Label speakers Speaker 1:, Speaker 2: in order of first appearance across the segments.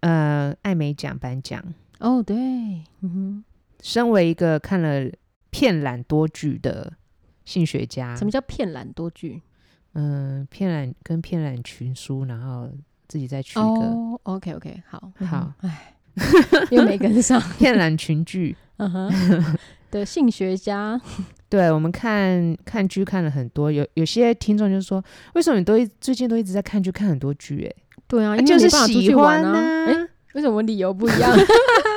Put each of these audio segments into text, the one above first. Speaker 1: 呃，艾美奖颁奖，
Speaker 2: 哦，对，嗯
Speaker 1: 身为一个看了片览多剧的性学家
Speaker 2: 哼，什，么叫骗懒多句？
Speaker 1: 嗯、片览跟片览群书，然后自己再取一个、
Speaker 2: 哦，OK OK，好，嗯哼
Speaker 1: 好，
Speaker 2: 哎，又没跟上，
Speaker 1: 片览群剧。
Speaker 2: 嗯哼，对，性学家，
Speaker 1: 对我们看看剧看了很多，有有些听众就说，为什么你都一最近都一直在看剧，看很多剧、欸？
Speaker 2: 对啊，
Speaker 1: 哎、
Speaker 2: 因为
Speaker 1: 就是
Speaker 2: 没办法出
Speaker 1: 喜
Speaker 2: 去玩
Speaker 1: 欢
Speaker 2: 啊，哎，为什么理由不一 样？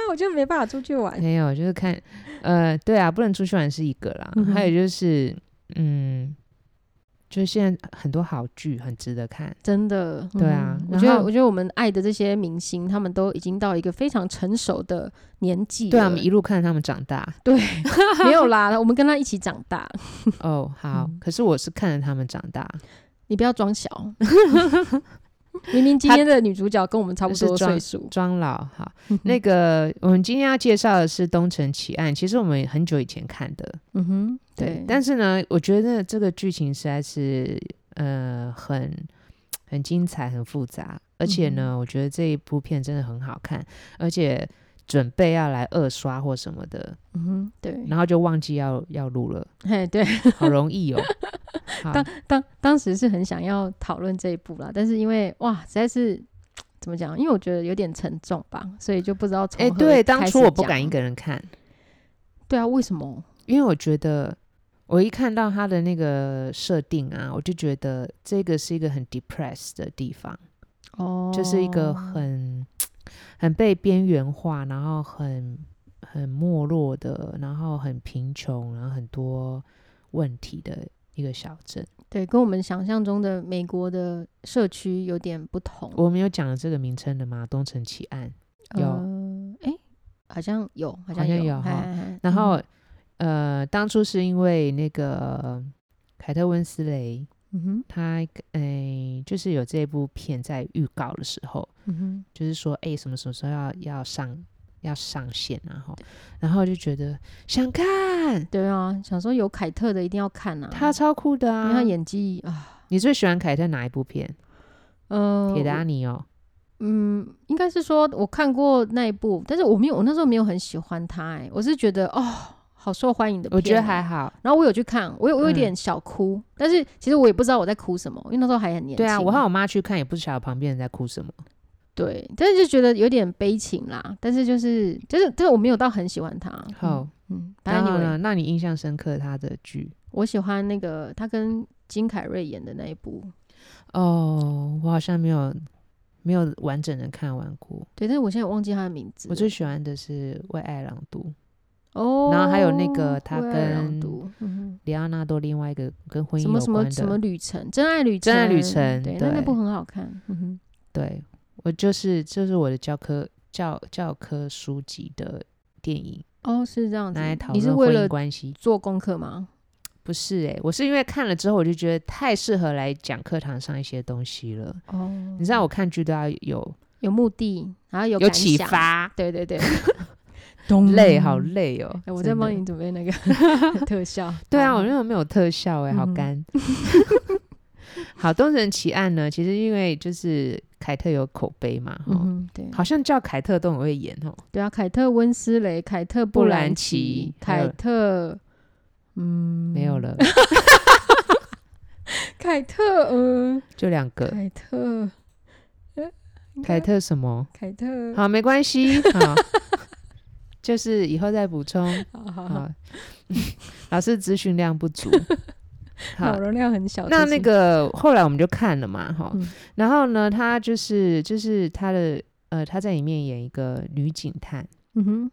Speaker 2: 我就没办法出去玩。
Speaker 1: 没有，就是看，呃，对啊，不能出去玩是一个啦，
Speaker 2: 嗯哼
Speaker 1: 还有就是，嗯，就是现在很多好剧很值得看，
Speaker 3: 真的，
Speaker 1: 对啊
Speaker 3: 嗯
Speaker 1: 然
Speaker 3: 我觉得
Speaker 1: 后
Speaker 3: 我觉得我们爱的这些明星，他们都已经到一个非常成熟的年纪了，。
Speaker 1: 对啊，我们一路看他们长大
Speaker 3: 对 没有啦，我们跟他一起长大，
Speaker 1: 哦，好，可是我是看着他们长大，
Speaker 3: 你不要装 小。明明今天的女主角跟我们差不
Speaker 1: 是
Speaker 3: 多
Speaker 1: 装
Speaker 3: 岁数，
Speaker 1: 装老好。
Speaker 3: 嗯哼
Speaker 1: 那个我们今天要介绍的是《东城奇案》，其实我们很久以前看的，
Speaker 3: 嗯哼，对，
Speaker 1: 但是呢，我觉得这个剧情实在是呃很很精彩、很复杂，而且
Speaker 3: 嗯
Speaker 1: 呢，我觉得这一部片真的很好看，而且准备要来二刷或什么的，
Speaker 3: 嗯哼，对，
Speaker 1: 然后就忘记要要录了，
Speaker 3: 嘿，对，
Speaker 1: 好容易哦。好，
Speaker 3: 当当时是很想要讨论这一部啦，但是因为哇，实在是怎么讲？因为我觉得有点沉重吧，所以就不知道从
Speaker 1: 哎、
Speaker 3: 何
Speaker 1: 对，
Speaker 3: 开
Speaker 1: 当
Speaker 3: 始
Speaker 1: 初我不
Speaker 3: 讲
Speaker 1: 敢一，个人看，
Speaker 3: 对啊，为什么？
Speaker 1: 因为我觉得。我一看到他的那个设定啊，我就觉得这个是一个很 depressed 的地方。
Speaker 3: 哦，
Speaker 1: 就是一个很很被边缘化，然后很很没落的，然后很贫穷，然后很多问题的一个小镇。
Speaker 3: 对，跟我们想象中的美国的社区有点不同。
Speaker 1: 我们有讲这个名称的吗？东城奇案。有
Speaker 3: 呃，哎、好像有，好
Speaker 1: 好
Speaker 3: 像
Speaker 1: 像
Speaker 3: 有
Speaker 1: 有哈
Speaker 3: 哎哎哎嗯
Speaker 1: 然后、呃，当初是因为那个凯特温斯雷，
Speaker 3: 嗯哼，
Speaker 1: 他诶、就是有这部片在预告的时候，
Speaker 3: 嗯哼，
Speaker 1: 就是说，哎、什么什么时候要要上要上线、啊，然后然后就觉得想看，
Speaker 3: 对啊，想说有凯特的一定要看啊，
Speaker 1: 他超酷的
Speaker 3: 因为
Speaker 1: 啊！
Speaker 3: 他演技啊，
Speaker 1: 你最喜欢凯特哪一部片？
Speaker 3: 呃，
Speaker 1: 铁
Speaker 3: 我
Speaker 1: 达尼哦，
Speaker 3: 嗯，应该是说我看过那一部，但是我没有，我那时候没有很喜欢他、哎，我是觉得哦，好受欢迎的片、
Speaker 1: 我觉得
Speaker 3: 哦
Speaker 1: 还。好。
Speaker 3: 然后我有去看，我有我有
Speaker 1: 嗯
Speaker 3: 点小哭，但是其实我也不知道我在哭什么，因为那时候还很年轻。
Speaker 1: 对啊，我和我妈去看，也不晓得旁边人在哭什么。
Speaker 3: 对，但是就觉得有点悲情啦。但是就是就是，但是我没有到很喜欢他。
Speaker 1: 好，
Speaker 3: 嗯，反
Speaker 1: 然
Speaker 3: 正
Speaker 1: 后
Speaker 3: 你
Speaker 1: 呢？那你印象深刻他的剧？
Speaker 3: 我喜欢那个他跟金凯瑞演的那一部，
Speaker 1: 哦，我好像没有没有完整的看完过。
Speaker 3: 对，但是我现在忘记他的名字了。
Speaker 1: 我最喜欢的是《为爱朗读》，
Speaker 3: 哦，
Speaker 1: 然后还有那个他
Speaker 3: 惠爱朗
Speaker 1: 跟
Speaker 3: 读嗯
Speaker 1: 里奥纳多另外一个跟婚姻
Speaker 3: 什
Speaker 1: 有
Speaker 3: 么什
Speaker 1: 关
Speaker 3: 么什么
Speaker 1: 的。
Speaker 3: 旅程，真爱旅程，
Speaker 1: 真爱旅程
Speaker 3: 对，那那
Speaker 1: 对
Speaker 3: 部很好看。嗯哼，
Speaker 1: 对，我就是这是我的教科教教科书籍的电影，
Speaker 3: 哦，是这样子
Speaker 1: 拿来讨，
Speaker 3: 你是
Speaker 1: 论
Speaker 3: 为
Speaker 1: 婚姻
Speaker 3: 了
Speaker 1: 关系。
Speaker 3: 做功课吗？
Speaker 1: 不是哎、我是因为看了之后，我就觉得太适合来讲课堂上一些东西了。
Speaker 3: 哦，
Speaker 1: 你知道，我看剧都要有
Speaker 3: 有目的，然后有
Speaker 1: 有
Speaker 3: 有
Speaker 1: 启，发，
Speaker 3: 对对对，
Speaker 1: 累好累哦、
Speaker 3: 嗯哎我
Speaker 1: 真
Speaker 3: 在
Speaker 1: 的
Speaker 3: 帮你。嗯准备那个 特效。
Speaker 1: 对啊，
Speaker 3: 好
Speaker 1: 我那个没有特效哎、好
Speaker 3: 嗯
Speaker 1: 干。好，《东城奇案》呢，其实因为就是凯特有口碑嘛，
Speaker 3: 嗯
Speaker 1: 齁
Speaker 3: 哼，对，
Speaker 1: 好像叫凯特都很会演哦。
Speaker 3: 对啊，凯特温斯雷、凯特布
Speaker 1: 布
Speaker 3: 兰
Speaker 1: 兰
Speaker 3: 奇
Speaker 1: 奇、还
Speaker 3: 凯
Speaker 1: 有
Speaker 3: 特，嗯，
Speaker 1: 没有了，
Speaker 3: 凯特，呃，
Speaker 1: 就两个
Speaker 3: 凯特，呃应该
Speaker 1: 凯特什么？
Speaker 3: 凯特，
Speaker 1: 好，没关系， 好，就是以后再补充。
Speaker 3: 好好好，
Speaker 1: 啊， 老师资讯量不 足。好
Speaker 3: 脑，容量很小。最
Speaker 1: 那那
Speaker 3: 近，
Speaker 1: 个后来我们就看了嘛，哈、
Speaker 3: 嗯
Speaker 1: 然后呢，他就是就是他的呃，他在里面演一个女警探
Speaker 3: 嗯哼，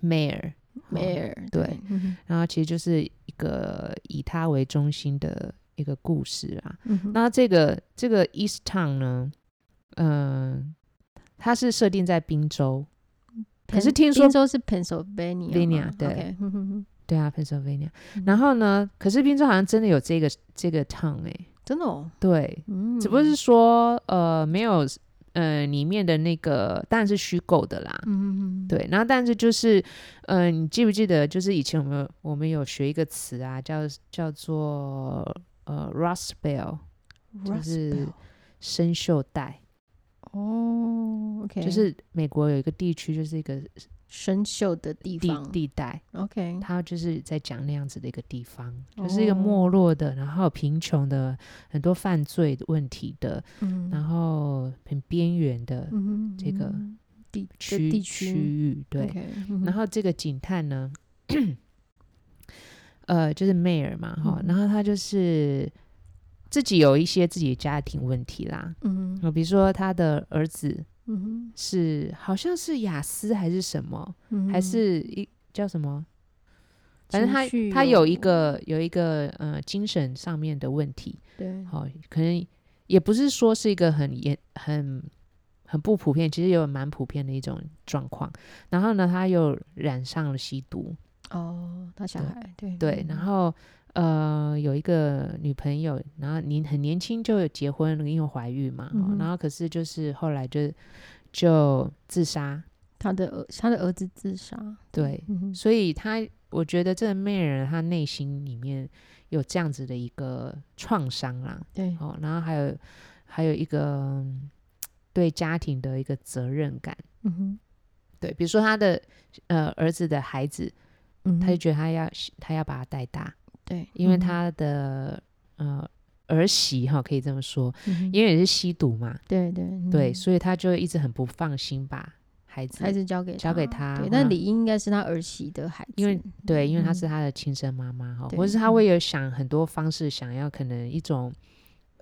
Speaker 1: 梅尔，
Speaker 3: 梅
Speaker 1: 尔，
Speaker 3: 尔，
Speaker 1: 对
Speaker 3: 对，嗯哼
Speaker 1: 然后其实就是一个以他为中心的一个故事啊。
Speaker 3: 嗯哼，
Speaker 1: 那这个这个呃 East Town 呢，嗯、它是设定在宾州，可是听说
Speaker 3: 宾州是 Pennsylvania，
Speaker 1: Vania，对
Speaker 3: OK，哼嗯哼哼
Speaker 1: 对啊，Pennsylvania。然
Speaker 3: 嗯
Speaker 1: 后呢，可是宾州好像真的有这个这个 town 哎、
Speaker 3: 真的哦，
Speaker 1: 对，
Speaker 3: 嗯，
Speaker 1: 只不过是说呃没有呃里面的那个当然是虚构的啦，
Speaker 3: 嗯，嗯，
Speaker 1: 对，那但是就是，呃，你记不记得，就是以前我们我们有学一个词啊，叫叫做呃 rust belt，
Speaker 3: 嗯
Speaker 1: 就
Speaker 3: Rust
Speaker 1: 是
Speaker 3: Belt
Speaker 1: 生锈带，
Speaker 3: 哦，OK，
Speaker 1: 就是美国有一个地区，就是一个
Speaker 3: 生锈的地
Speaker 1: 地
Speaker 3: 方嗯
Speaker 1: 地带，
Speaker 3: ，OK，
Speaker 1: 它就是在讲那样子的一个地方，就是一个
Speaker 3: 哦
Speaker 1: 没落的，然后贫穷的，很多犯罪问题的，
Speaker 3: 嗯
Speaker 1: 然后很边缘的
Speaker 3: 嗯
Speaker 1: 这个
Speaker 3: 嗯地这
Speaker 1: 区
Speaker 3: 地
Speaker 1: 区
Speaker 3: 区，
Speaker 1: 域，对。
Speaker 3: OK，嗯
Speaker 1: 然
Speaker 3: 哼
Speaker 1: 后这个警探呢， 呃，就是妹儿嘛，哈、
Speaker 3: 嗯
Speaker 1: 然后他就是自己有一些自己的家庭问题啦，
Speaker 3: 嗯哼
Speaker 1: 呃比如说他的儿子
Speaker 3: 嗯哼
Speaker 1: 是好像是雅思还是什么，
Speaker 3: 嗯哼，
Speaker 1: 还是一叫什么？反正他
Speaker 3: 情绪哦
Speaker 1: 他有一
Speaker 3: 有
Speaker 1: 个有一个呃精神上面的问题，
Speaker 3: 对，
Speaker 1: 好、可能也不是说是一个很严、很很不普遍，其实也有蛮普遍的一种状况。然后呢，他又染上了吸毒，
Speaker 3: 哦，他小
Speaker 1: 对
Speaker 3: 孩，对
Speaker 1: 对，然后呃有一个女朋友，然后年很年轻就有结婚了，因为怀孕嘛、哦
Speaker 3: 嗯哼
Speaker 1: 然后可是就是后来就就自杀，
Speaker 3: 他的儿他的儿子自杀，
Speaker 1: 对，
Speaker 3: 嗯哼
Speaker 1: 所以他我觉得这个妹人她内心里面有这样子的一个创伤啦，
Speaker 3: 对，
Speaker 1: 哦，然后还有还有一个嗯对家庭的一个责任感，
Speaker 3: 嗯哼，
Speaker 1: 对，比如说他的呃儿子的孩子，
Speaker 3: 嗯
Speaker 1: 他
Speaker 3: 哼
Speaker 1: 就觉得他要他要把他带大，
Speaker 3: 对，
Speaker 1: 因为
Speaker 3: 嗯哼，
Speaker 1: 他的呃儿媳哈、可以这么说，
Speaker 3: 嗯哼
Speaker 1: 因为也是吸毒嘛，
Speaker 3: 对对嗯
Speaker 1: 对，
Speaker 3: 哼
Speaker 1: 所以他就一直很不放心把孩子
Speaker 3: 孩子交给
Speaker 1: 交给他
Speaker 3: 对，
Speaker 1: 然
Speaker 3: 但
Speaker 1: 后
Speaker 3: 理应应该是他儿媳的孩子，
Speaker 1: 因为对，因为她
Speaker 3: 嗯
Speaker 1: 是他的亲生妈妈哈，
Speaker 3: 对嗯
Speaker 1: 或是他会有想很多方式，想要可能一种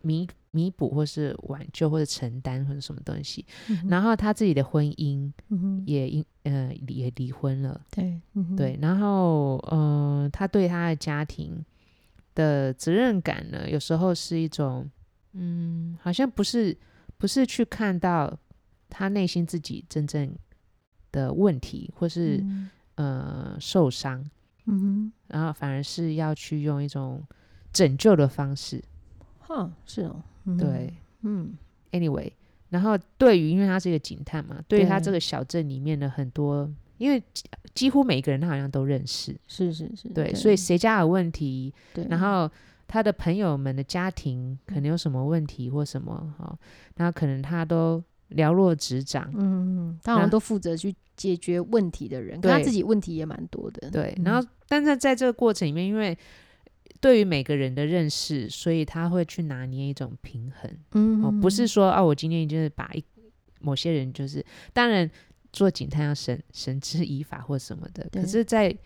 Speaker 1: 弥弥补，或是挽救，或者承担，或者什么东西。
Speaker 3: 嗯哼
Speaker 1: 然后他自己的婚姻
Speaker 3: 嗯哼
Speaker 1: 也因呃也离婚了，
Speaker 3: 对，嗯哼
Speaker 1: 对。然后呃，他对他的家庭的责任感呢，有时候是一种嗯，好像不是不是去看到他内心自己真正的问题，或是、
Speaker 3: 嗯
Speaker 1: 呃受伤。
Speaker 3: 嗯
Speaker 1: 然后反而是要去用一种拯救的方式。
Speaker 3: 哼，哈，是哦，嗯哼，
Speaker 1: 对、
Speaker 3: 嗯
Speaker 1: a n y w a y 然后对于因为他是一个警探嘛，对于他
Speaker 3: 对
Speaker 1: 这个小镇里面的很多，因为几几乎每一个人他好像都认识，
Speaker 3: 是是是，
Speaker 1: 对，所以谁家有问题，
Speaker 3: 对，
Speaker 1: 然后他的朋友们的家庭可能
Speaker 3: 嗯
Speaker 1: 有什么问题或什么哈、哦，然后可能他都了若指掌。
Speaker 3: 嗯，嗯他好
Speaker 1: 然
Speaker 3: 像
Speaker 1: 后
Speaker 3: 都负责去解决问题的人，可他
Speaker 1: 对
Speaker 3: 自己问题也蛮多的，
Speaker 1: 对，
Speaker 3: 嗯
Speaker 1: 然后但是在这个过程里面，因为对于每个人的认识，所以他会去拿捏一种平衡。
Speaker 3: 嗯，
Speaker 1: 哦，
Speaker 3: 嗯
Speaker 1: 不是，说啊，我今天就是把一某些人就是，当然做警探要绳绳之以法或什么的，
Speaker 3: 对
Speaker 1: 可是，在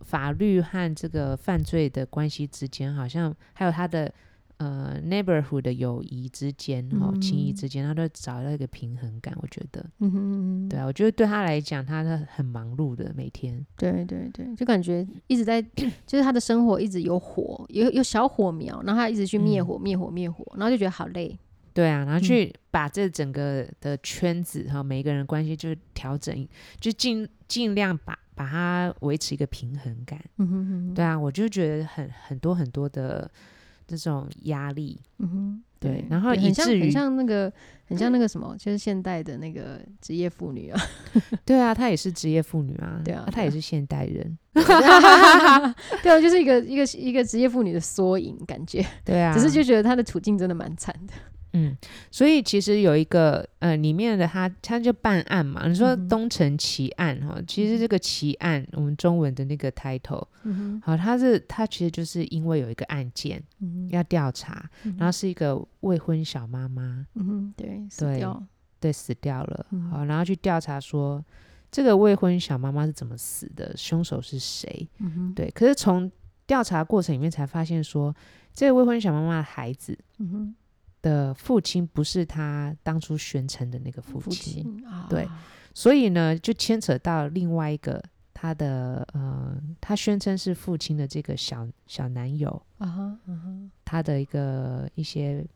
Speaker 1: 法律和这个犯罪的关系之间，好像还有他的呃 neighborhood 的友谊之间，哦，亲谊
Speaker 3: 嗯
Speaker 1: 之间，他都找到一个平衡感，我觉得，
Speaker 3: 嗯哼嗯哼
Speaker 1: 对啊，我觉得对他来讲，他是很忙碌的每天，
Speaker 3: 对对对，就感觉一直在， 就是他的生活一直有火，有有小火苗，然后他一直去灭
Speaker 1: 嗯
Speaker 3: 火、灭火、灭火，然后就觉得好累。
Speaker 1: 对啊，然后
Speaker 3: 嗯
Speaker 1: 去把这整个的圈子哈、每一个人关系就是调整，就尽尽量把把它维持一个平衡感。
Speaker 3: 嗯哼哼，
Speaker 1: 对，啊，我就觉得很很多很多的这种 压力，
Speaker 3: 嗯哼，
Speaker 1: 对然后
Speaker 3: 对
Speaker 1: 以
Speaker 3: 很像
Speaker 1: 至于
Speaker 3: 很像那个很像那个什么，就是现代的那个职业妇女 啊，
Speaker 1: 对啊，她也是职业妇女啊，
Speaker 3: 对啊
Speaker 1: 她
Speaker 3: 对
Speaker 1: 也
Speaker 3: 啊
Speaker 1: 是现代人，
Speaker 3: 对啊，就是一个一个一个职业妇女的缩影，感觉，
Speaker 1: 对啊，
Speaker 3: 只是就觉得她的处境真的蛮惨的。
Speaker 1: 嗯，所以其实有一个呃，里面的他他就办案嘛，你说
Speaker 3: 嗯哼嗯
Speaker 1: 东城奇案哈、其实这个奇案我们中文的那个 title
Speaker 3: 嗯哼，
Speaker 1: 好，它是它其实就是因为有一个案件
Speaker 3: 嗯哼，
Speaker 1: 要调查，然后是一个未婚小妈妈
Speaker 3: 嗯哼，对，死
Speaker 1: 对
Speaker 3: 掉，
Speaker 1: 对死掉了，
Speaker 3: 嗯
Speaker 1: 好，然后去调查说这个未婚小妈妈是怎么死的，凶手是谁。
Speaker 3: 嗯哼，，
Speaker 1: 对，可是从调查过程里面才发现说，这个未婚小妈妈的孩子
Speaker 3: 嗯哼，
Speaker 1: 的父亲不是她当初宣称的那个父
Speaker 3: 父
Speaker 1: 亲，
Speaker 3: 亲啊，
Speaker 1: 对所以呢，就牵扯到另外一个她的呃，她宣称是父亲的这个小小男友，
Speaker 3: 嗯啊哈，啊哈，
Speaker 1: 他的一个一些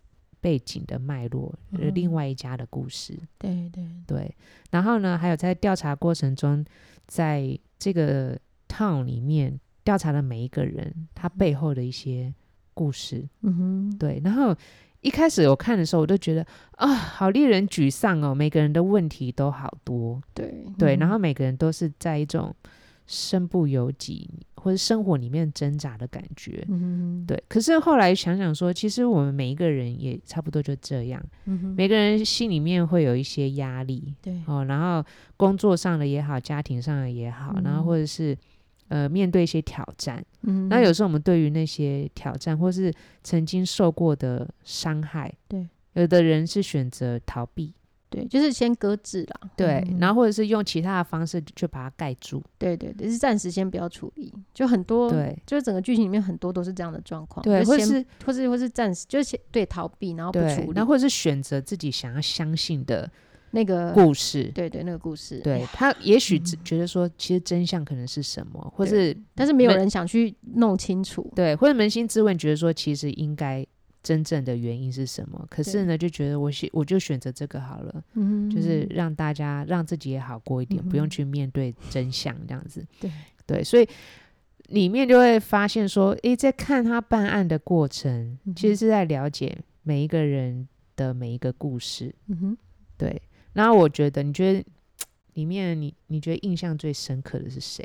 Speaker 1: 背景的脉络，呃
Speaker 3: 嗯
Speaker 1: 另外一家的故事。
Speaker 3: 对对，
Speaker 1: 对，然后呢，还有在调查过程中，在这个 town 里面调查的每一个人，他背后的一些故事。
Speaker 3: 嗯哼，
Speaker 1: 对，然后一开始我看的时候，我都觉得啊，好令人沮丧哦，每个人的问题都好多。
Speaker 3: 对
Speaker 1: 对，
Speaker 3: 嗯
Speaker 1: 然后每个人都是在一种身不由己或者生活里面挣扎的感觉。
Speaker 3: 嗯哼，
Speaker 1: 对，可是后来想想说，其实我们每一个人也差不多就这样，
Speaker 3: 嗯哼，
Speaker 1: 每个人心里面会有一些压力
Speaker 3: 对，
Speaker 1: 哦，然后工作上的也好，家庭上的也好，然后
Speaker 3: 嗯
Speaker 1: 或者是呃面对一些挑战，
Speaker 3: 嗯，
Speaker 1: 那有时候我们对于那些挑战或是曾经受过的伤害，
Speaker 3: 对，
Speaker 1: 有的人是选择逃避，
Speaker 3: 对，就是先搁置啦，
Speaker 1: 对，
Speaker 3: 嗯
Speaker 1: 然后或者是用其他的方式去把它盖住，
Speaker 3: 对对对，是暂时先不要处理，就很多，
Speaker 1: 对。
Speaker 3: 就是整个剧情里面很多都是这样的状况，
Speaker 1: 对，
Speaker 3: 就
Speaker 1: 或者
Speaker 3: 先
Speaker 1: 是
Speaker 3: 或是或是暂时就是先对逃避，然后不
Speaker 1: 对
Speaker 3: 处，理
Speaker 1: 那或者是选择自己想要相信的
Speaker 3: 那个
Speaker 1: 故事。
Speaker 3: 对对那个故事，
Speaker 1: 对他，也许只觉得说，其实真相可能是什么，或
Speaker 3: 对
Speaker 1: 是
Speaker 3: 但是没有
Speaker 1: 没
Speaker 3: 人想去弄清楚，
Speaker 1: 对，或者扪心自问，觉得说，其实应该真正的原因是什么？可是呢，就觉得我选，我就选择这个好了，
Speaker 3: 嗯
Speaker 1: 就是让大家让自己也好过一点，不
Speaker 3: 嗯哼
Speaker 1: 用去面对真相这样子。
Speaker 3: 对
Speaker 1: 对，所以里面就会发现说，诶，在看他办案的过程，其
Speaker 3: 嗯
Speaker 1: 实
Speaker 3: 哼
Speaker 1: 是在了解每一个人的每一个故事。
Speaker 3: 嗯哼，
Speaker 1: 对，然后我觉得，你觉得里面你你觉得印象最深刻的是谁？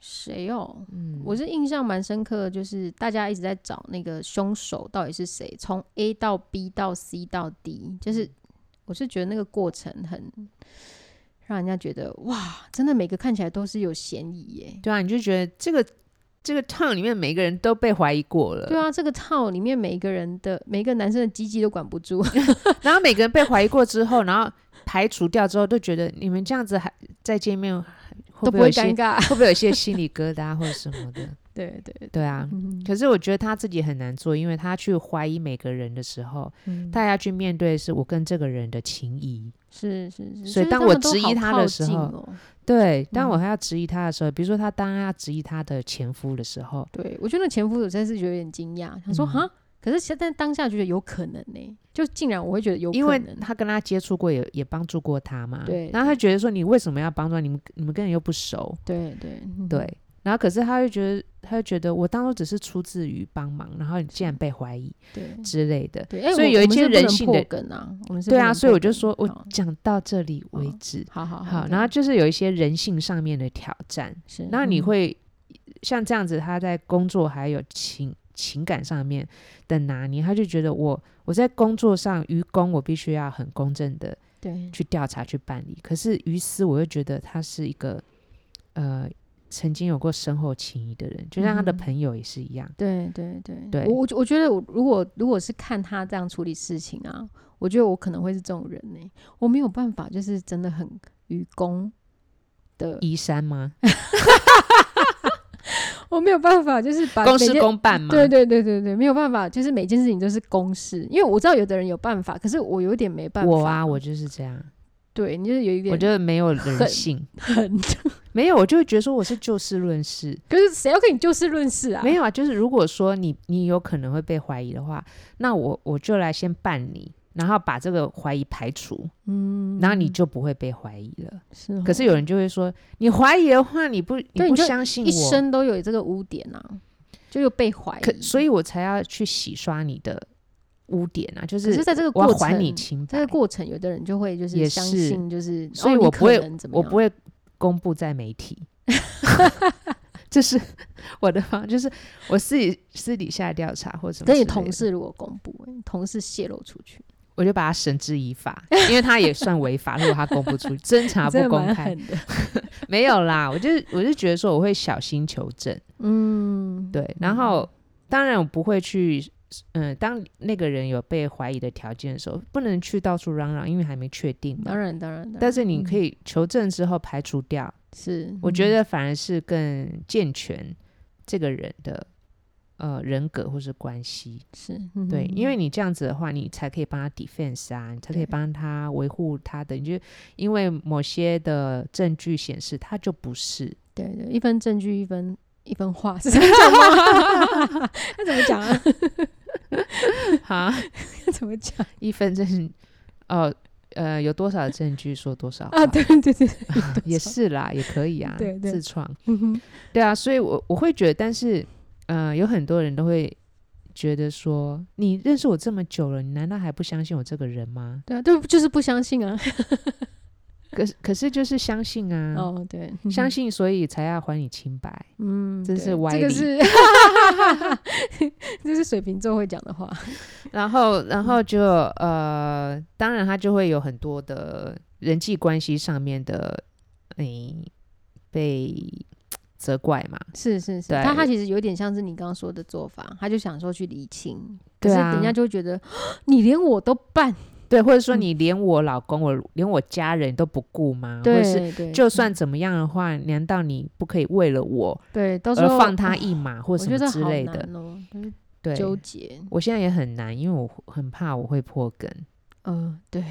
Speaker 3: 谁哦？
Speaker 1: 嗯
Speaker 3: 我是印象蛮深刻的，就是大家一直在找那个凶手到底是谁，从 A 到 B 到 C 到 D，就是
Speaker 1: 嗯
Speaker 3: 我是觉得那个过程很让人家觉得哇，真的每个看起来都是有嫌疑耶。
Speaker 1: 对啊，你就觉得这个这个 town 里面每个人都被怀疑过了，
Speaker 3: 对，啊，这个套里面每一个人的每一个男生的鸡鸡都管不住，
Speaker 1: 然后每个人被怀疑过之后，然后排除掉之后，都觉得你们这样子还再见面会
Speaker 3: 都
Speaker 1: 不
Speaker 3: 不
Speaker 1: 会有
Speaker 3: 会
Speaker 1: 一些
Speaker 3: 尴尬。
Speaker 1: 会不会有一些心理疙瘩或者什么的？
Speaker 3: 对对，
Speaker 1: 对啊。
Speaker 3: 嗯
Speaker 1: 可是我觉得他自己很难做，因为他去怀疑每个人的时候，
Speaker 3: 嗯
Speaker 1: 他要去面对的是我跟这个人的情谊。
Speaker 3: 是是是，
Speaker 1: 所
Speaker 3: 就是
Speaker 1: 以当
Speaker 3: 他
Speaker 1: 我
Speaker 3: 们都
Speaker 1: 质疑
Speaker 3: 好
Speaker 1: 他
Speaker 3: 靠
Speaker 1: 的时
Speaker 3: 近
Speaker 1: 候
Speaker 3: 哦
Speaker 1: 对，当
Speaker 3: 嗯
Speaker 1: 我还要质疑他的时候，比如说他当他要质疑他的前夫的时候，
Speaker 3: 对，我觉得前夫有真是有点惊讶，想说
Speaker 1: 嗯
Speaker 3: 哈、可是现在当下觉得有可能呢、就竟然我会觉得有可能，
Speaker 1: 因为他跟他接触过也，也帮助过他嘛。
Speaker 3: 对
Speaker 1: 然后他觉得说，你为什么要帮助他？你们你们根本又不熟。
Speaker 3: 对对嗯
Speaker 1: 对。然后可是他就觉得，他就觉得我当初只是出自于帮忙，然后你竟然被怀疑
Speaker 3: 对
Speaker 1: 之类的。
Speaker 3: 对，哎
Speaker 1: 所以
Speaker 3: 我
Speaker 1: 有一
Speaker 3: 我们
Speaker 1: 些
Speaker 3: 是不
Speaker 1: 人
Speaker 3: 能
Speaker 1: 性
Speaker 3: 破
Speaker 1: 的
Speaker 3: 梗啊，我们是
Speaker 1: 对
Speaker 3: 不
Speaker 1: 啊，
Speaker 3: 能
Speaker 1: 所以
Speaker 3: 破
Speaker 1: 我就
Speaker 3: 梗
Speaker 1: 说我
Speaker 3: 好
Speaker 1: 讲到这里为
Speaker 3: 好
Speaker 1: 止。
Speaker 3: 好好
Speaker 1: 好，
Speaker 3: 哦对
Speaker 1: 然后就是有一些人性上面的挑战，
Speaker 3: 是
Speaker 1: 那你
Speaker 3: 嗯
Speaker 1: 会像这样子，他在工作还有情情感上面的拿捏，他就觉得我我在工作上于公，我必须要很公正的
Speaker 3: 对
Speaker 1: 去调查去办理，可是于私，我又觉得他是一个呃曾经有过深厚情谊的人，就像他的
Speaker 3: 嗯哼
Speaker 1: 朋友也是一样，
Speaker 3: 对对对
Speaker 1: 对
Speaker 3: 我我我觉得我如果如果是看他这样处理事情啊，我觉得我可能会是这种人呢、我没有办法，就是真的很愚公的，
Speaker 1: 移 山吗？
Speaker 3: 我没有办法，就是把
Speaker 1: 公
Speaker 3: 啊每
Speaker 1: 事
Speaker 3: 件
Speaker 1: 公办吗？
Speaker 3: 对对对对对，没有办法，就是每件事情都是公事。因为我知道有的人有办法，可是我有点没办法。
Speaker 1: 我啊，我就是这样，
Speaker 3: 对你就是有一点，
Speaker 1: 我觉得没有人
Speaker 3: 很
Speaker 1: 性，
Speaker 3: 很，
Speaker 1: 没有，我就会觉得说我是就事论事，
Speaker 3: 可是谁要跟你就事论事啊？
Speaker 1: 没有啊，就是如果说你你有可能会被怀疑的话，那我我就来先办你，然后把这个怀疑排除，
Speaker 3: 嗯，
Speaker 1: 然后你就不会被怀疑了。
Speaker 3: 是哦，
Speaker 1: 可是有人就会说，你怀疑的话，你不你
Speaker 3: 对
Speaker 1: 不
Speaker 3: 你就
Speaker 1: 相信
Speaker 3: 一
Speaker 1: 我，
Speaker 3: 生都有这个污点啊，就有被怀
Speaker 1: 可
Speaker 3: 疑。
Speaker 1: 所以我才要去洗刷你的污点啊，就
Speaker 3: 可
Speaker 1: 是
Speaker 3: 是在这个
Speaker 1: 我要
Speaker 3: 过
Speaker 1: 还
Speaker 3: 程，
Speaker 1: 你清
Speaker 3: 这个，
Speaker 1: 白
Speaker 3: 过程，有的人就会就
Speaker 1: 也
Speaker 3: 是相
Speaker 1: 是
Speaker 3: 信，就是
Speaker 1: 所以
Speaker 3: 哦你
Speaker 1: 我不
Speaker 3: 可
Speaker 1: 会
Speaker 3: 能怎么
Speaker 1: 我
Speaker 3: 样，
Speaker 1: 不会公布在媒体。 这是 我的方，就是我私底私底下调查或什么之
Speaker 3: 跟
Speaker 1: 类
Speaker 3: 你
Speaker 1: 的。
Speaker 3: 同事如果公布、欸同事泄露出去，
Speaker 1: 我就把他绳之以法，因为他也算违法。 如果他公布出去，侦查
Speaker 3: 真的
Speaker 1: 不公
Speaker 3: 蛮
Speaker 1: 开，
Speaker 3: 狠的。
Speaker 1: 没有啦。我就是我就觉得说我会小心求证，
Speaker 3: 嗯，
Speaker 1: 对。然后当然我不会去，嗯，当那个人有被怀疑的条件的时候，不能去到处嚷嚷，因为还没确定嘛
Speaker 3: 当。然当然，当嗯
Speaker 1: 但
Speaker 3: 然
Speaker 1: 是你可以求证之后排除掉，
Speaker 3: 是，
Speaker 1: 我
Speaker 3: 得。
Speaker 1: 觉得反而是更健全这个人的呃人格或是关系。
Speaker 3: 是嗯
Speaker 1: 对，因为
Speaker 3: 你
Speaker 1: 你这样子的话，你才可以帮他 defense 啊，你才可以
Speaker 3: 对
Speaker 1: 帮他维护他的。你就因为某些的证据显示他就不是，
Speaker 3: 对对，一 分证据一分一分话是这样讲吗？那怎么讲啊？
Speaker 1: 哈，
Speaker 3: 怎么讲
Speaker 1: 一分证哦，呃，有多少证据说多少
Speaker 3: 啊？
Speaker 1: 话
Speaker 3: 对对对对，
Speaker 1: 也是啦，也可以啊，
Speaker 3: 对对
Speaker 1: 自创。
Speaker 3: 嗯哼
Speaker 1: 对啊，所以我我会觉得，但是，呃，有很多人都会觉得说，你认识我这么久了，你难道还不相信我这个人吗？
Speaker 3: 对啊，对，就是不相信啊。
Speaker 1: 可是可是就是相信啊，
Speaker 3: 哦，对，
Speaker 1: 相
Speaker 3: 信，
Speaker 1: 信所以才要还你清白。
Speaker 3: 嗯，
Speaker 1: 这
Speaker 3: 对
Speaker 1: 是歪
Speaker 3: 这个
Speaker 1: 理
Speaker 3: 是，这是水瓶座会讲的话。
Speaker 1: 然后然后就呃，当然他就会有很多的人际关系上面的，诶、被责怪嘛。
Speaker 3: 是是是，
Speaker 1: 对
Speaker 3: 他他其实有点像是你刚刚说的做法，他就想说去理清，可
Speaker 1: 对
Speaker 3: 是
Speaker 1: 啊
Speaker 3: 人家就会觉得你连我都办，
Speaker 1: 对，或者说
Speaker 3: 嗯
Speaker 1: 你连我老公、我连我家人都不顾吗？嗯或者是
Speaker 3: 对对，
Speaker 1: 就算怎么样的话，难道你不可以为了我
Speaker 3: 对，到时
Speaker 1: 而
Speaker 3: 候
Speaker 1: 放他一马或
Speaker 3: 我
Speaker 1: 什
Speaker 3: 觉
Speaker 1: 么
Speaker 3: 得
Speaker 1: 之
Speaker 3: 好
Speaker 1: 类的？
Speaker 3: 难哦，就是
Speaker 1: 对，
Speaker 3: 纠结，
Speaker 1: 我现在也很难，因为我很怕我会破 梗。
Speaker 3: 嗯，对，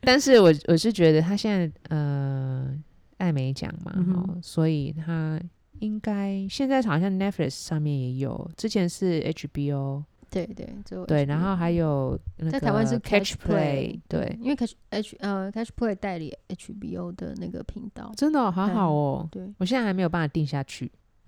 Speaker 1: 但是我我是觉得他现在呃，艾美奖嘛、
Speaker 3: 嗯哼
Speaker 1: 哦，所以他应该现在好像 Netflix 上面也有，之前是 HBO
Speaker 3: 对对，就
Speaker 1: 对，然后还有那
Speaker 3: 嗯在
Speaker 1: 个
Speaker 3: 台湾是
Speaker 1: Catch Play 对
Speaker 3: 嗯，因为 Catch H 呃 Catch Play 代理 HBO 的那个频道，
Speaker 1: 真的、哦、好
Speaker 3: 嗯
Speaker 1: 好哦，
Speaker 3: 对，
Speaker 1: 我现在还没有办法定下去，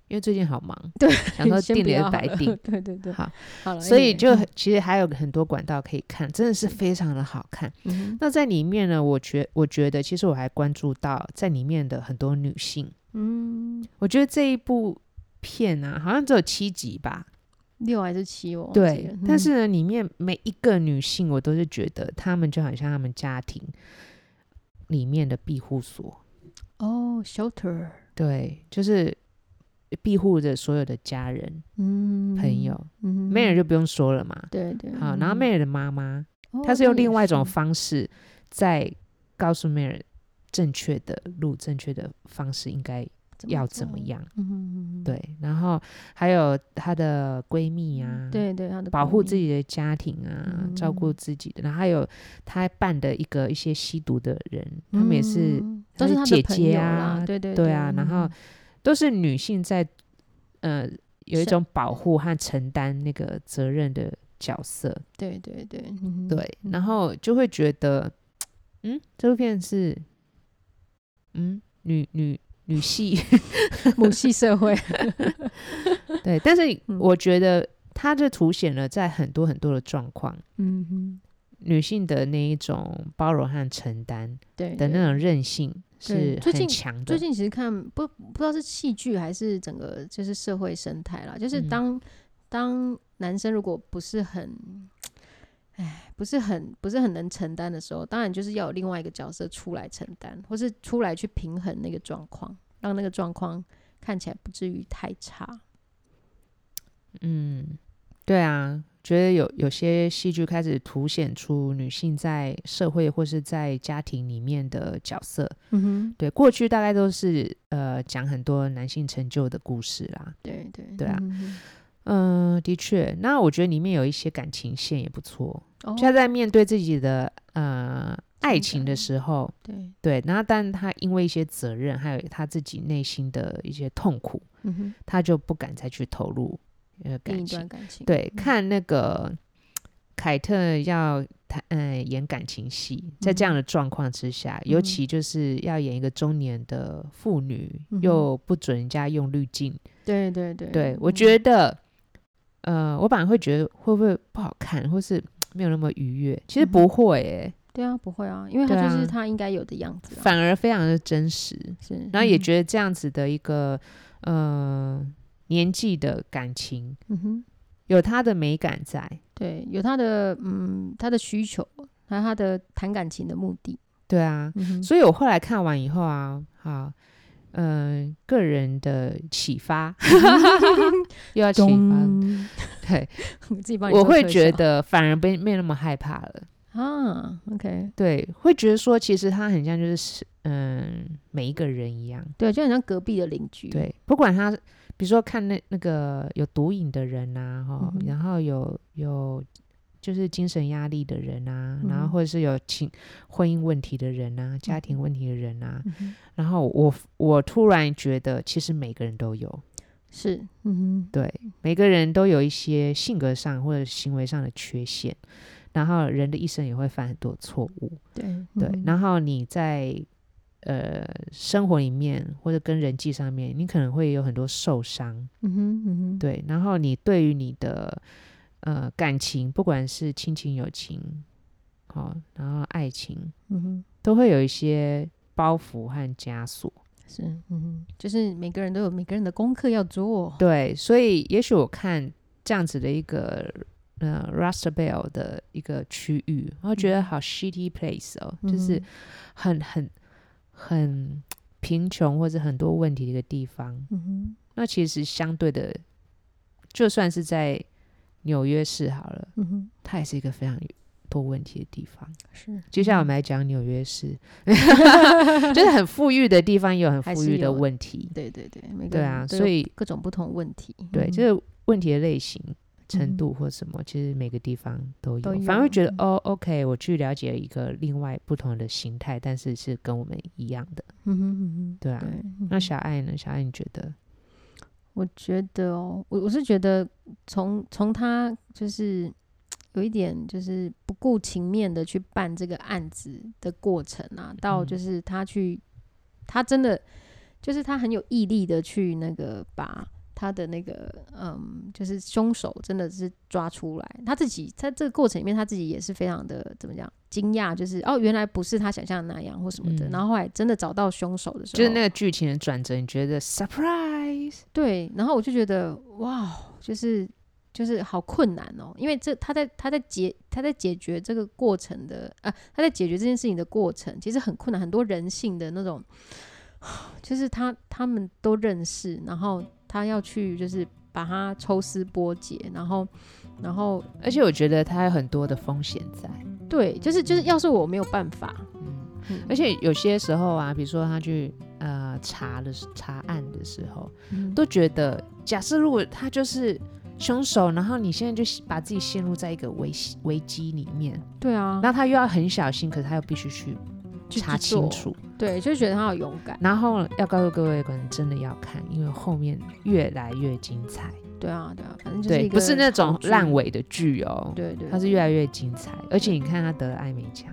Speaker 1: 因为最近好忙，
Speaker 3: 对，
Speaker 1: 想说
Speaker 3: 先
Speaker 1: 定
Speaker 3: 不
Speaker 1: 了也
Speaker 3: 要好
Speaker 1: 白
Speaker 3: 了
Speaker 1: 定
Speaker 3: 对对对，
Speaker 1: 好。
Speaker 3: 好了，
Speaker 1: 所以
Speaker 3: 嗯
Speaker 1: 就很其实还有很多管道可以看，真的是非常的好看。
Speaker 3: 嗯
Speaker 1: 那在里面呢，我觉我觉得其实我还关注到在里面的很多女性，
Speaker 3: 嗯
Speaker 1: 我觉得这一部片啊，好像只有七集吧，
Speaker 3: 六还是七哦，忘记
Speaker 1: 对
Speaker 3: 了。
Speaker 1: 但是呢，里面每一个女性，我都是觉得她们就好像她们家庭里面的庇护所，
Speaker 3: 嗯哦 Shelter，
Speaker 1: 对，就是庇护着所有的家人
Speaker 3: 嗯，
Speaker 1: 朋友。
Speaker 3: 嗯，
Speaker 1: 妹儿就不用说了嘛，
Speaker 3: 对对，
Speaker 1: 好，然后
Speaker 3: 嗯
Speaker 1: 妹儿的妈妈。
Speaker 3: 哦
Speaker 1: 他是用
Speaker 3: 那也
Speaker 1: 另外一种
Speaker 3: 是
Speaker 1: 方式在告诉 Mary 正确的路、正确的方式应该要怎么
Speaker 3: 做？
Speaker 1: 样。
Speaker 3: 嗯，嗯，
Speaker 1: 对，然后还有她的闺蜜啊，
Speaker 3: 嗯，对对，她的
Speaker 1: 保
Speaker 3: 闺
Speaker 1: 护
Speaker 3: 蜜
Speaker 1: 自，己的家庭啊，照顾
Speaker 3: 嗯
Speaker 1: 自己的，然后还有她办的一个一些吸毒的人，他们也是
Speaker 3: 嗯
Speaker 1: 她
Speaker 3: 都是
Speaker 1: 的
Speaker 3: 她的
Speaker 1: 姐
Speaker 3: 朋
Speaker 1: 姐
Speaker 3: 友
Speaker 1: 啊
Speaker 3: 啦，对对
Speaker 1: 对啊，然后
Speaker 3: 嗯
Speaker 1: 都是女性在呃有
Speaker 3: 是
Speaker 1: 一种保护和承担那个责任的角色。
Speaker 3: 对对对，嗯
Speaker 1: 对，然
Speaker 3: 嗯
Speaker 1: 后就会觉得，嗯，这部片是，嗯，女女 女系，
Speaker 3: 母系社会，
Speaker 1: 对，但是
Speaker 3: 嗯
Speaker 1: 我觉得它这凸显了在很多很多的状况，
Speaker 3: 嗯哼，
Speaker 1: 女性的那一种包容和承担
Speaker 3: 对对
Speaker 1: 的那种韧性
Speaker 3: 对
Speaker 1: 是
Speaker 3: 最
Speaker 1: 很
Speaker 3: 近
Speaker 1: 强
Speaker 3: 最
Speaker 1: 的，
Speaker 3: 近其实看不不知道是戏剧还是整个就是社会生态啦，就是
Speaker 1: 嗯
Speaker 3: 当、当男生如果不是很，哎，不是很不是很能承担的时候，当然就是要有另外一个角色出来承担，或是出来去平衡那个状况，让那个状况看起来不至于太差。
Speaker 1: 嗯，对啊。觉得有有些戏剧开始凸显出女性在社会或是在家庭里面的角色，
Speaker 3: 嗯哼，
Speaker 1: 对过去大概都是呃讲很多男性成就的故事啦，
Speaker 3: 对对
Speaker 1: 对啊
Speaker 3: 嗯哼
Speaker 1: 嗯，的确。那我觉得里面有一些感情线也不错。
Speaker 3: 哦，
Speaker 1: 就他在面对自己的呃爱
Speaker 3: 情
Speaker 1: 情的
Speaker 3: 感
Speaker 1: 时候，
Speaker 3: 对，
Speaker 1: 对，然后但他因为一些责任，还有他自己内心的一些痛苦，
Speaker 3: 嗯哼，
Speaker 1: 他就不敢再去投入呃
Speaker 3: 另
Speaker 1: 感
Speaker 3: 一
Speaker 1: 情
Speaker 3: 段。感情，
Speaker 1: 对，
Speaker 3: 嗯
Speaker 1: 看那个凯特要谈呃演感情戏，在这样的状况之下，尤
Speaker 3: 嗯嗯哼
Speaker 1: 其就是要演一个中年的妇女，
Speaker 3: 嗯哼
Speaker 1: 又不准人家用滤镜，
Speaker 3: 对对对，
Speaker 1: 对，我
Speaker 3: 嗯
Speaker 1: 觉得，呃，我本来会觉得会不会不好看，或是没有那么愉悦，其实
Speaker 3: 嗯
Speaker 1: 不会、欸，
Speaker 3: 对啊，不会啊，因为
Speaker 1: 对
Speaker 3: 他就
Speaker 1: 啊
Speaker 3: 是他应该有的样子啊，
Speaker 1: 反而非常的真实。
Speaker 3: 是，
Speaker 1: 然后也
Speaker 3: 嗯
Speaker 1: 觉得这样子的一个，呃，年纪的感情
Speaker 3: 嗯哼。
Speaker 1: 有它的美感在，
Speaker 3: 对，有他的嗯，他的需求，还有他的谈感情的目的。
Speaker 1: 对啊。
Speaker 3: 嗯哼，
Speaker 1: 所以我后来看完以后啊，好，嗯、个人的启发，
Speaker 3: 嗯
Speaker 1: 又要启发，对，
Speaker 3: 我自己帮你
Speaker 1: 我
Speaker 3: 做
Speaker 1: 会
Speaker 3: 特
Speaker 1: 觉
Speaker 3: 效
Speaker 1: 得反而没没那么害怕了。
Speaker 3: 啊，OK，
Speaker 1: 对，会觉得说其实他很像就是是嗯每一个人一样，
Speaker 3: 对，就很像隔壁的邻居。，
Speaker 1: 对，不管他比如说看那那个有毒瘾的人呐、哈、
Speaker 3: 嗯哼
Speaker 1: 然后有有就是精神压力的人呐、然
Speaker 3: 嗯哼
Speaker 1: 后
Speaker 3: 嗯
Speaker 1: 或者是有情婚姻问题的人呐、家庭问题的人呐、啊
Speaker 3: 嗯哼
Speaker 1: 然后我我突然觉得其实每个人都有，
Speaker 3: 是，嗯
Speaker 1: 对，每个人都有一些性格上或者行为上的缺陷，然后人的一生也会犯很多错误。
Speaker 3: 哼，对
Speaker 1: 对，
Speaker 3: 嗯
Speaker 1: 然后你在呃生活里面或者跟人际上面，你可能会有很多受伤。
Speaker 3: 嗯哼，嗯哼，
Speaker 1: 对，然后你对于你的呃感情，不管是亲情、友情，好、然后爱情，
Speaker 3: 嗯哼，
Speaker 1: 都会有一些包袱和枷锁。
Speaker 3: 是，嗯哼，就是每个人都有每个人的功课要做，
Speaker 1: 对，所以也许我看这样子的一个呃 Rust Belt 的一个区域，然后觉得好 shitty place 哦，就是
Speaker 3: 嗯
Speaker 1: 很很很贫穷或者很多问题的一个地方。
Speaker 3: 嗯
Speaker 1: 那其实相对的，就算是在纽约市好了，
Speaker 3: 哼，嗯哼，
Speaker 1: 它也是一个非常多问题的地方。
Speaker 3: 是，
Speaker 1: 接下来我们来讲纽 约市，就是很富裕的地方也有很
Speaker 3: 还
Speaker 1: 富
Speaker 3: 是
Speaker 1: 裕的
Speaker 3: 有
Speaker 1: 问题。
Speaker 3: 对对对，每个
Speaker 1: 对啊，
Speaker 3: 人都
Speaker 1: 所
Speaker 3: 有
Speaker 1: 以
Speaker 3: 各种不同问题，
Speaker 1: 对，
Speaker 3: 嗯
Speaker 1: 就是问题的类型、
Speaker 3: 嗯
Speaker 1: 程度或什么，其实每个地方都有
Speaker 3: 都，
Speaker 1: 反而会
Speaker 3: 有
Speaker 1: 觉得
Speaker 3: 嗯
Speaker 1: 哦，OK，我去了解一个另外不同的形态，但是是跟我们一样的，
Speaker 3: 嗯哼嗯哼，
Speaker 1: 对啊。
Speaker 3: 对，
Speaker 1: 那小爱呢？小爱你觉得？
Speaker 3: 我觉得哦，我我是觉得从从他就是有一点就是不顾情面的去办这个案子的过程啊，到
Speaker 1: 嗯
Speaker 3: 就是他去，他真的就是他很有毅力的去那个把他的那个嗯，就是凶手真的是抓出来，他自己在这个过程里面他自己也是非常的怎么讲惊讶，就是哦原来不是他想象的那样或什么的，
Speaker 1: 嗯
Speaker 3: 然后后来真的找到凶手的时候，
Speaker 1: 就是那个剧情的转折，你觉得 surprise？
Speaker 3: 对，然后我就觉得哇，就是就是好困难哦，因为这他在他在解他在解决这个过程的啊，他在解决这件事情的过程其实很困难，很多人性的那种， 就是他他们都认识，然后他要去就是把它抽丝剥茧，然后然后
Speaker 1: 而且我觉得它有很多的风险在，
Speaker 3: 对，就是就是要是我没有办法，
Speaker 1: 嗯。
Speaker 3: 嗯
Speaker 1: 而且有些时候啊，比如说他去呃查的时查案的时候，
Speaker 3: 嗯
Speaker 1: 都觉得假设如果他就是凶手，然后你现在就把自己陷入在一个危险危机里面，
Speaker 3: 对啊，
Speaker 1: 那他又要很小心，可是他又必须去
Speaker 3: 去
Speaker 1: 查
Speaker 3: 去做
Speaker 1: 清楚。
Speaker 3: 对，就觉得他好勇敢，
Speaker 1: 然后要告诉各位观众，真的要看，因为后面越来越精彩，
Speaker 3: 对啊对啊，反正就是
Speaker 1: 对，
Speaker 3: 一
Speaker 1: 不
Speaker 3: 个
Speaker 1: 是那种
Speaker 3: 好剧
Speaker 1: 烂，尾的剧哦，
Speaker 3: 对对，
Speaker 1: 它是越来越精彩，而且你看他得了艾美奖，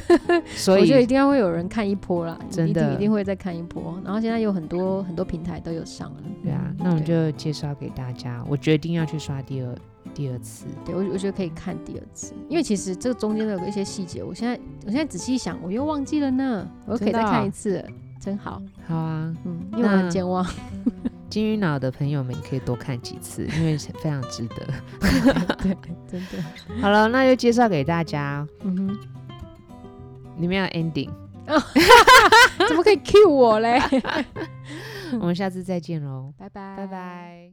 Speaker 1: 所
Speaker 3: 我觉得一
Speaker 1: 以
Speaker 3: 定要会有人看一波啦，
Speaker 1: 真
Speaker 3: 一
Speaker 1: 的
Speaker 3: 定一定会再看一波。然后现在有很多很多平台都有上了，
Speaker 1: 对啊，那我们
Speaker 3: 对
Speaker 1: 就介绍给大家，我决定要去刷第二第二次，
Speaker 3: 对我我觉得可以看第二次，因为其实这中间的有一些细节，我现在我现在仔细一想，我又忘记了呢，我又可以
Speaker 1: 真的
Speaker 3: 再
Speaker 1: 啊
Speaker 3: 看一次了，真好，
Speaker 1: 好啊，
Speaker 3: 嗯，因为我很
Speaker 1: 那
Speaker 3: 健忘，
Speaker 1: 金鱼脑的朋友们可以多看几次，因为非常值 得。
Speaker 3: 对，真的，
Speaker 1: 好了，那就介绍给大家，
Speaker 3: 嗯哼，
Speaker 1: 你们要 ending，
Speaker 3: 怎么可以 cue 我嘞？
Speaker 1: 我们下次再见喽，
Speaker 3: 拜拜，
Speaker 1: 拜。拜。